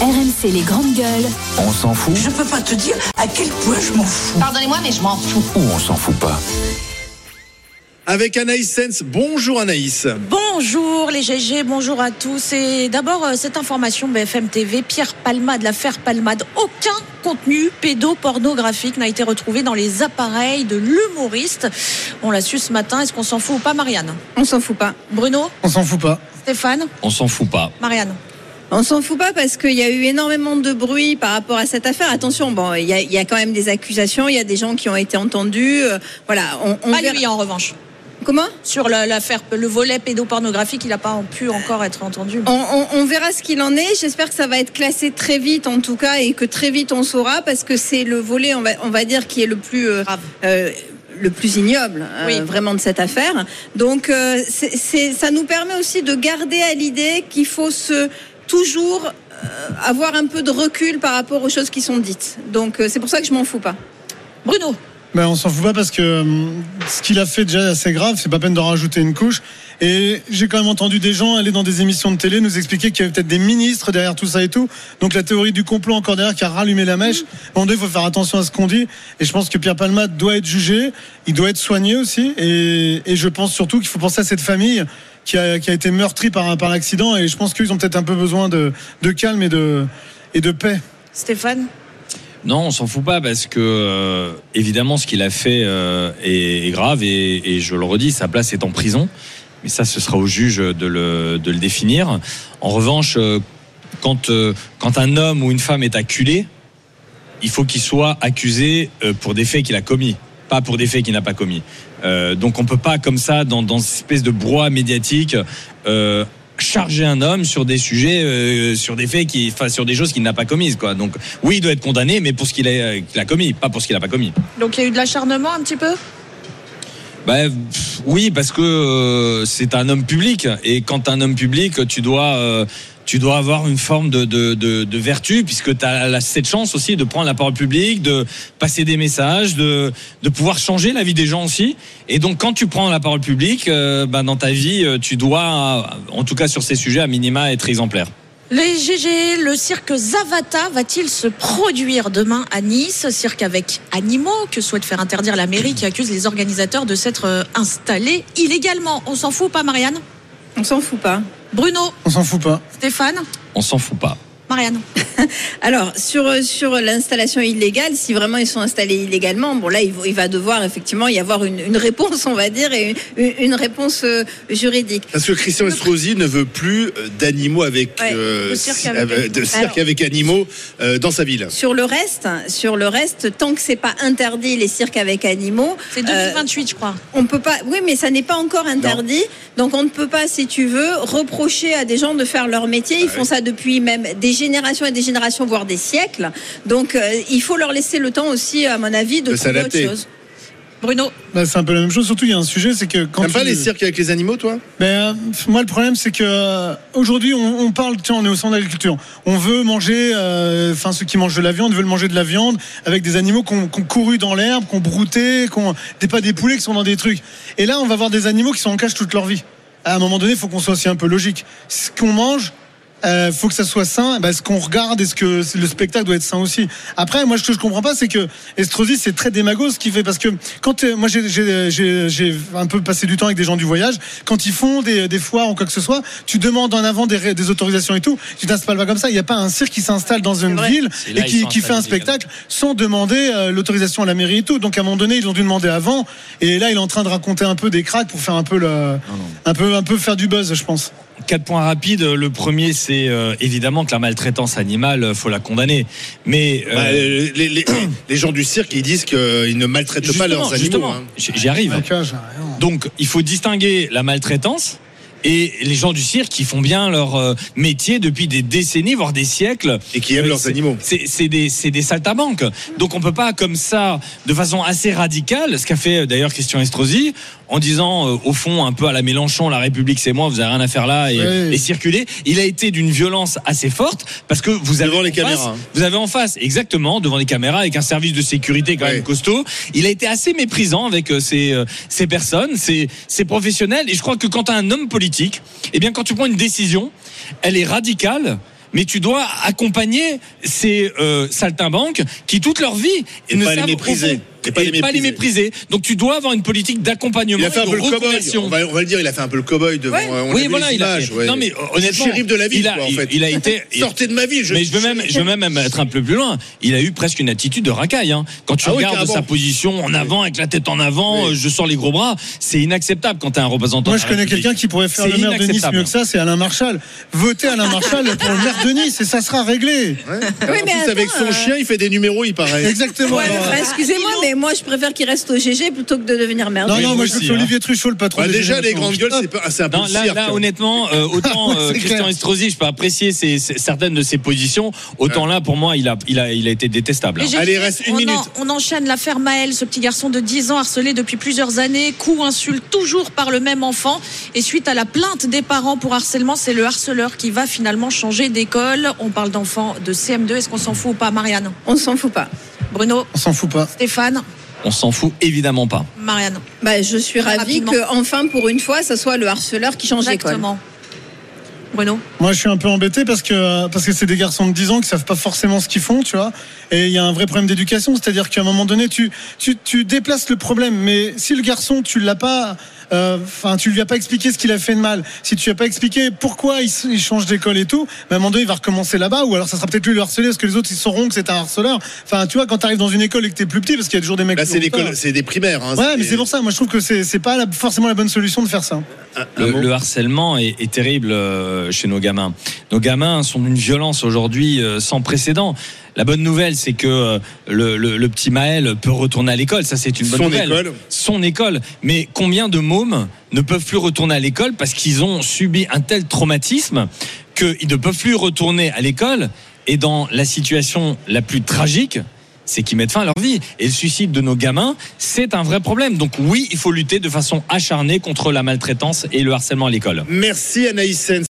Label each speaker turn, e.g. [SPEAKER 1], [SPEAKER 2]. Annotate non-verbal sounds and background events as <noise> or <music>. [SPEAKER 1] RMC les grandes gueules.
[SPEAKER 2] On s'en fout
[SPEAKER 3] Je peux pas te dire à quel point je m'en fous.
[SPEAKER 4] Pardonnez-moi, mais je m'en fous.
[SPEAKER 2] ou on s'en fout pas
[SPEAKER 5] Avec Anaïs Sens. Bonjour Anaïs.
[SPEAKER 6] Bonjour les GG, bonjour à tous. Et d'abord, euh, cette information BFM TV, Pierre Palmade, l'affaire Palmade. Aucun contenu pédopornographique n'a été retrouvé dans les appareils de l'humoriste. On l'a su ce matin. Est-ce qu'on s'en fout ou pas, Marianne
[SPEAKER 7] On s'en fout pas.
[SPEAKER 6] Bruno
[SPEAKER 8] On s'en fout pas.
[SPEAKER 6] Stéphane
[SPEAKER 9] On s'en fout pas.
[SPEAKER 6] Marianne
[SPEAKER 7] On s'en fout pas parce qu'il y a eu énormément de bruit par rapport à cette affaire. Attention, bon, il y a, il y a quand même des accusations, il y a des gens qui ont été entendus. euh, voilà, on, on
[SPEAKER 6] Pas
[SPEAKER 7] verra-
[SPEAKER 6] lui, en revanche.
[SPEAKER 7] Comment
[SPEAKER 6] Sur la- l'affaire, le volet pédopornographique, il n'a pas pu encore être entendu.
[SPEAKER 7] on, on- on verra ce qu'il en est. J'espère que ça va être classé très vite, en tout cas, et que très vite on saura, parce que c'est le volet, on va, on va dire, qui est le plus euh,
[SPEAKER 6] Grave.
[SPEAKER 7] euh, le plus ignoble euh,
[SPEAKER 6] Oui.
[SPEAKER 7] vraiment de cette affaire. Donc euh, c'est- c'est- ça nous permet aussi de garder à l'idée qu'il faut se toujours euh, avoir un peu de recul par rapport aux choses qui sont dites. Donc euh, c'est pour ça que je m'en fous pas.
[SPEAKER 6] Bruno
[SPEAKER 8] Mais Ben, on s'en fout pas parce que hum, ce qu'il a fait déjà est assez grave, c'est pas peine de rajouter une couche. Et j'ai quand même entendu des gens aller dans des émissions de télé nous expliquer qu'il y avait peut-être des ministres derrière tout ça et tout. Donc la théorie du complot encore derrière qui a rallumé la
[SPEAKER 7] Mm.
[SPEAKER 8] mèche. Bon, il faut faire attention à ce qu'on dit. Et je pense que Pierre Palmade doit être jugé, il doit être soigné aussi. Et, et je pense surtout qu'il faut penser à cette famille qui a, qui a été meurtrie par, un- par l'accident. Et je pense qu'ils ont peut-être un peu besoin de, de calme et de, et de paix.
[SPEAKER 6] Stéphane
[SPEAKER 9] Non, on s'en fout pas parce que euh, évidemment ce qu'il a fait euh, est, est grave et, et je le redis, sa place est en prison. Mais ça, ce sera au juge de le, de le définir. En revanche, euh, quand, euh, quand un homme ou une femme est acculé, il faut qu'il soit accusé euh, pour des faits qu'il a commis, pas pour des faits qu'il n'a pas commis. Euh, donc on peut pas comme ça, dans, dans cette espèce de broie médiatique, euh, charger un homme sur des sujets, euh, sur des faits qui, enfin, sur des choses qu'il n'a pas commises, quoi. Donc oui, il doit être condamné, mais pour ce qu'il a, euh, qu'il a commis, pas pour ce qu'il n'a pas commis.
[SPEAKER 6] Donc il y a eu de l'acharnement un petit peu
[SPEAKER 9] Bah, pff, oui, parce que euh, c'est un homme public et quand t'es un homme public, tu dois euh, tu dois avoir une forme de, de, de, de vertu puisque tu as cette chance aussi de prendre la parole publique, de passer des messages, de, de pouvoir changer la vie des gens aussi. Et donc quand tu prends la parole publique, euh, bah, dans ta vie, euh, tu dois, euh, en tout cas sur ces sujets, à minima être exemplaire.
[SPEAKER 6] Les GG, le cirque Zavata va-t-il se produire demain à Nice Cirque avec animaux que souhaite faire interdire la mairie qui accuse les organisateurs de s'être euh, installés illégalement. On s'en fout pas, Marianne
[SPEAKER 7] On s'en fout pas.
[SPEAKER 6] Bruno,
[SPEAKER 8] On s'en fout pas.
[SPEAKER 6] Stéphane,
[SPEAKER 9] On s'en fout pas.
[SPEAKER 6] Marianne.
[SPEAKER 7] Alors sur euh, sur l'installation illégale, si vraiment ils sont installés illégalement, bon là il, va- il va devoir effectivement y avoir une, une réponse, on va dire, et une, une réponse euh, juridique.
[SPEAKER 5] Parce que Christian Estrosi ne veut plus euh, d'animaux avec,
[SPEAKER 7] Ouais,
[SPEAKER 5] euh,
[SPEAKER 7] de cirque
[SPEAKER 5] si-
[SPEAKER 7] avec
[SPEAKER 5] euh,
[SPEAKER 7] animaux.
[SPEAKER 5] de cirque avec animaux euh, dans sa ville.
[SPEAKER 7] Sur le reste, sur le reste, tant que c'est pas interdit les cirques avec animaux,
[SPEAKER 6] C'est
[SPEAKER 7] euh,
[SPEAKER 6] 2028, je crois.
[SPEAKER 7] on peut pas. Oui, mais ça n'est pas encore interdit, donc on ne peut pas, si tu veux, reprocher à des gens de faire leur métier. Ils font ça depuis même des générations et des générations, voire des siècles. Donc euh, il faut leur laisser le temps aussi, à mon avis, de,
[SPEAKER 5] De
[SPEAKER 7] trouver autre
[SPEAKER 5] s'adapter.
[SPEAKER 7] chose.
[SPEAKER 6] Bruno,
[SPEAKER 8] Bah, c'est un peu la même chose. Surtout, il y a un sujet, c'est que quand
[SPEAKER 5] T'aimes pas
[SPEAKER 8] tu-
[SPEAKER 5] les cirques avec les animaux, toi
[SPEAKER 8] Ben, euh, moi, le problème, c'est que euh, aujourd'hui, on, on parle, tiens, on est au centre de l'agriculture. On veut manger, euh, enfin, ceux qui mangent de la viande veulent manger de la viande avec des animaux qu'on qu'on couru dans l'herbe, qu'on brouté, qu'on des pas des poulets qui sont dans des trucs. Et là, on va voir des animaux qui sont en cage toute leur vie. À un moment donné, il faut qu'on soit aussi un peu logique. Ce qu'on mange, euh, faut que ça soit sain. Bah, ce qu'on regarde et ce que le spectacle doit être sain aussi. Après, moi, ce que je comprends pas, c'est que Estrosi, c'est très démago ce qu'il fait parce que quand euh, moi j'ai- j'ai j'ai- j'ai un peu passé du temps avec des gens du voyage, quand ils font des, des foires ou quoi que ce soit, tu demandes en avant des, ré- des autorisations et tout. Tu t'installes pas comme ça. Il n'y a pas un cirque qui s'installe dans une
[SPEAKER 7] vrai.
[SPEAKER 8] ville
[SPEAKER 9] C'est là,
[SPEAKER 8] et
[SPEAKER 9] ils
[SPEAKER 8] qui,
[SPEAKER 9] sont
[SPEAKER 8] qui fait un
[SPEAKER 9] installés
[SPEAKER 8] spectacle sans demander euh, l'autorisation à la mairie et tout. Donc à un moment donné, ils l'ont dû demander avant. Et là, il est en train de raconter un peu des cracks pour faire un peu le, un peu un peu faire du buzz, je pense.
[SPEAKER 9] Quatre points rapides. Le premier, c'est euh, évidemment que la maltraitance animale, euh, faut la condamner. Mais euh,
[SPEAKER 5] Bah, euh, les, <clears throat> les- les gens du cirque, ils disent qu'ils ne maltraitent
[SPEAKER 9] justement,
[SPEAKER 5] pas leurs animaux.
[SPEAKER 9] justement,
[SPEAKER 5] hein.
[SPEAKER 9] j- j'y arrive.
[SPEAKER 8] La cage, euh, rien.
[SPEAKER 9] Donc, il faut distinguer la maltraitance et les gens du cirque qui font bien leur euh, métier depuis des décennies, voire des siècles.
[SPEAKER 5] Et qui aiment
[SPEAKER 9] Euh,
[SPEAKER 5] leurs
[SPEAKER 9] c'est-
[SPEAKER 5] animaux.
[SPEAKER 9] C'est c'est des, c'est des saltimbanques. Donc, on peut pas, comme ça, de façon assez radicale, ce qu'a fait euh, d'ailleurs Christian Estrosi, en disant, euh, au fond, un peu à la Mélenchon, la République, c'est moi, vous avez rien à faire là, et,
[SPEAKER 8] Oui.
[SPEAKER 9] et circuler. Il a été d'une violence assez forte, parce que vous avez
[SPEAKER 5] Devant les
[SPEAKER 9] en face-
[SPEAKER 5] caméras. hein.
[SPEAKER 9] vous avez en face, exactement, devant les caméras, avec un service de sécurité quand
[SPEAKER 5] Ouais.
[SPEAKER 9] même costaud. Il a été assez méprisant avec euh, ces, euh, ces personnes, ces, ces professionnels. Et je crois que quand tu as un homme politique, eh bien, quand tu prends une décision, elle est radicale. mais tu dois accompagner ces euh, saltimbanques qui toute leur vie
[SPEAKER 5] Et
[SPEAKER 9] ne
[SPEAKER 5] pas les
[SPEAKER 9] savent au
[SPEAKER 5] mépriser.
[SPEAKER 9] fond-
[SPEAKER 5] Et pas les
[SPEAKER 9] pas les mépriser. Donc tu dois avoir une politique d'accompagnement
[SPEAKER 5] Il a fait
[SPEAKER 9] et
[SPEAKER 5] un
[SPEAKER 9] de
[SPEAKER 5] peu le cowboy.
[SPEAKER 9] reconversion.
[SPEAKER 5] On va, on va le dire, il a fait un peu le cowboy devant.
[SPEAKER 7] Ouais.
[SPEAKER 5] euh, On a
[SPEAKER 9] oui,
[SPEAKER 5] vu
[SPEAKER 9] voilà,
[SPEAKER 5] les
[SPEAKER 9] il a.
[SPEAKER 5] images,
[SPEAKER 9] fait-
[SPEAKER 5] ouais.
[SPEAKER 9] Non mais euh,
[SPEAKER 5] Je suis
[SPEAKER 9] honnêtement,
[SPEAKER 5] shérif de la ville,
[SPEAKER 9] il a,
[SPEAKER 5] quoi, en
[SPEAKER 9] il-
[SPEAKER 5] fait.
[SPEAKER 9] il a été. il-
[SPEAKER 5] <laughs> Sortez de ma ville. je-
[SPEAKER 9] mais je veux même, je veux même être un peu plus loin. Il a eu presque une attitude de racaille. hein. Quand tu
[SPEAKER 5] Ah oui,
[SPEAKER 9] regardes
[SPEAKER 5] carrément.
[SPEAKER 9] sa position en avant avec la tête en avant,
[SPEAKER 5] Oui.
[SPEAKER 9] euh, je sors les gros bras. C'est inacceptable quand t'es un représentant.
[SPEAKER 8] Moi,
[SPEAKER 9] de
[SPEAKER 8] je
[SPEAKER 9] la
[SPEAKER 8] connais
[SPEAKER 9] République.
[SPEAKER 8] quelqu'un qui pourrait faire
[SPEAKER 9] C'est
[SPEAKER 8] le maire de Nice
[SPEAKER 9] inacceptable.
[SPEAKER 8] mieux que ça, c'est Alain Marchal. Votez Alain Marchal pour le maire de Nice et ça sera réglé.
[SPEAKER 7] Oui,
[SPEAKER 5] En
[SPEAKER 7] mais
[SPEAKER 5] plus, avec
[SPEAKER 7] attends,
[SPEAKER 5] son
[SPEAKER 7] euh,
[SPEAKER 5] chien, il fait des numéros, il paraît.
[SPEAKER 8] Exactement.
[SPEAKER 7] Ouais,
[SPEAKER 8] Alors,
[SPEAKER 7] enfin,
[SPEAKER 6] Ah,
[SPEAKER 7] Excusez-moi, mais moi je préfère qu'il reste au GG plutôt que de devenir maire.
[SPEAKER 8] non,
[SPEAKER 9] Oui,
[SPEAKER 8] non,
[SPEAKER 9] moi
[SPEAKER 8] moi, je veux
[SPEAKER 9] aussi,
[SPEAKER 8] que Olivier Truchot, le patron.
[SPEAKER 5] Bah,
[SPEAKER 8] des
[SPEAKER 5] déjà,
[SPEAKER 8] Jeunes
[SPEAKER 5] les
[SPEAKER 8] Enfants.
[SPEAKER 5] grandes gueules, c'est pas- c'est un peu
[SPEAKER 9] Non,
[SPEAKER 5] le
[SPEAKER 9] là,
[SPEAKER 5] cirque. hein.
[SPEAKER 9] là, honnêtement,
[SPEAKER 8] <laughs>
[SPEAKER 9] euh, autant euh,
[SPEAKER 8] C'est
[SPEAKER 9] Christian
[SPEAKER 8] clair.
[SPEAKER 9] Estrosi, je peux apprécier ses- ses- certaines de ses positions, autant là, pour moi, il a, il a, il a été détestable.
[SPEAKER 6] Les
[SPEAKER 9] hein.
[SPEAKER 6] GGS,
[SPEAKER 5] Allez, reste une
[SPEAKER 6] on en-
[SPEAKER 5] minute.
[SPEAKER 6] on enchaîne l'affaire Maël, ce petit garçon de 10 ans harcelé depuis plusieurs années, coup, insulte toujours par le même enfant. Et suite à la plainte des parents pour harcèlement, c'est le harceleur qui va finalement changer d'école. On parle d'enfants de CM2. Est-ce qu'on s'en fout ou pas, Marianne
[SPEAKER 7] On s'en fout pas.
[SPEAKER 6] Bruno
[SPEAKER 8] On s'en fout pas.
[SPEAKER 6] Stéphane
[SPEAKER 9] On s'en fout évidemment pas.
[SPEAKER 6] Marianne.
[SPEAKER 7] Bah, je suis ravie
[SPEAKER 6] Rapidement.
[SPEAKER 7] que enfin pour une fois, ça soit le harceleur qui change d'école.
[SPEAKER 6] Exactement. Bruno
[SPEAKER 8] Moi, je suis un peu embêté parce que parce que c'est des garçons de 10 ans qui savent pas forcément ce qu'ils font, tu vois. Et il y a un vrai problème d'éducation, c'est-à-dire qu'à un moment donné, tu, tu tu déplaces le problème. Mais si le garçon, tu l'as pas, euh, enfin, tu lui as pas expliqué ce qu'il a fait de mal, si tu lui as pas expliqué pourquoi il, s- il change d'école et tout, bah, à un moment donné, il va recommencer là-bas, ou alors ça sera peut-être lui le harceler, parce que les autres ils sauront que c'est un harceleur. Enfin, tu vois, quand t'arrives dans une école et que t'es plus petit, parce qu'il y a toujours des mecs.
[SPEAKER 5] Là,
[SPEAKER 8] qui
[SPEAKER 5] c'est
[SPEAKER 8] ont
[SPEAKER 5] des,
[SPEAKER 8] peur.
[SPEAKER 5] col- c'est des primaires. hein,
[SPEAKER 8] Ouais, mais c'est pour ça. Moi, je trouve que c'est c'est pas la- forcément la bonne solution de faire ça.
[SPEAKER 5] Ah, ah
[SPEAKER 9] Le,
[SPEAKER 5] bon
[SPEAKER 9] le harcèlement est, est terrible euh, chez nos gamins. Nos gamins sont d'une violence aujourd'hui euh, sans précédent. La bonne nouvelle, c'est que euh, le, le- le petit Maël peut retourner à l'école. Ça, c'est une bonne
[SPEAKER 5] Son
[SPEAKER 9] nouvelle.
[SPEAKER 5] école.
[SPEAKER 9] Son école. Mais combien de mômes ne peuvent plus retourner à l'école parce qu'ils ont subi un tel traumatisme qu'ils ne peuvent plus retourner à l'école Et dans la situation la plus tragique, c'est qu'ils mettent fin à leur vie. Et le suicide de nos gamins, c'est un vrai problème. Donc oui, il faut lutter de façon acharnée contre la maltraitance et le harcèlement à l'école.
[SPEAKER 5] Merci Anaïs Sen.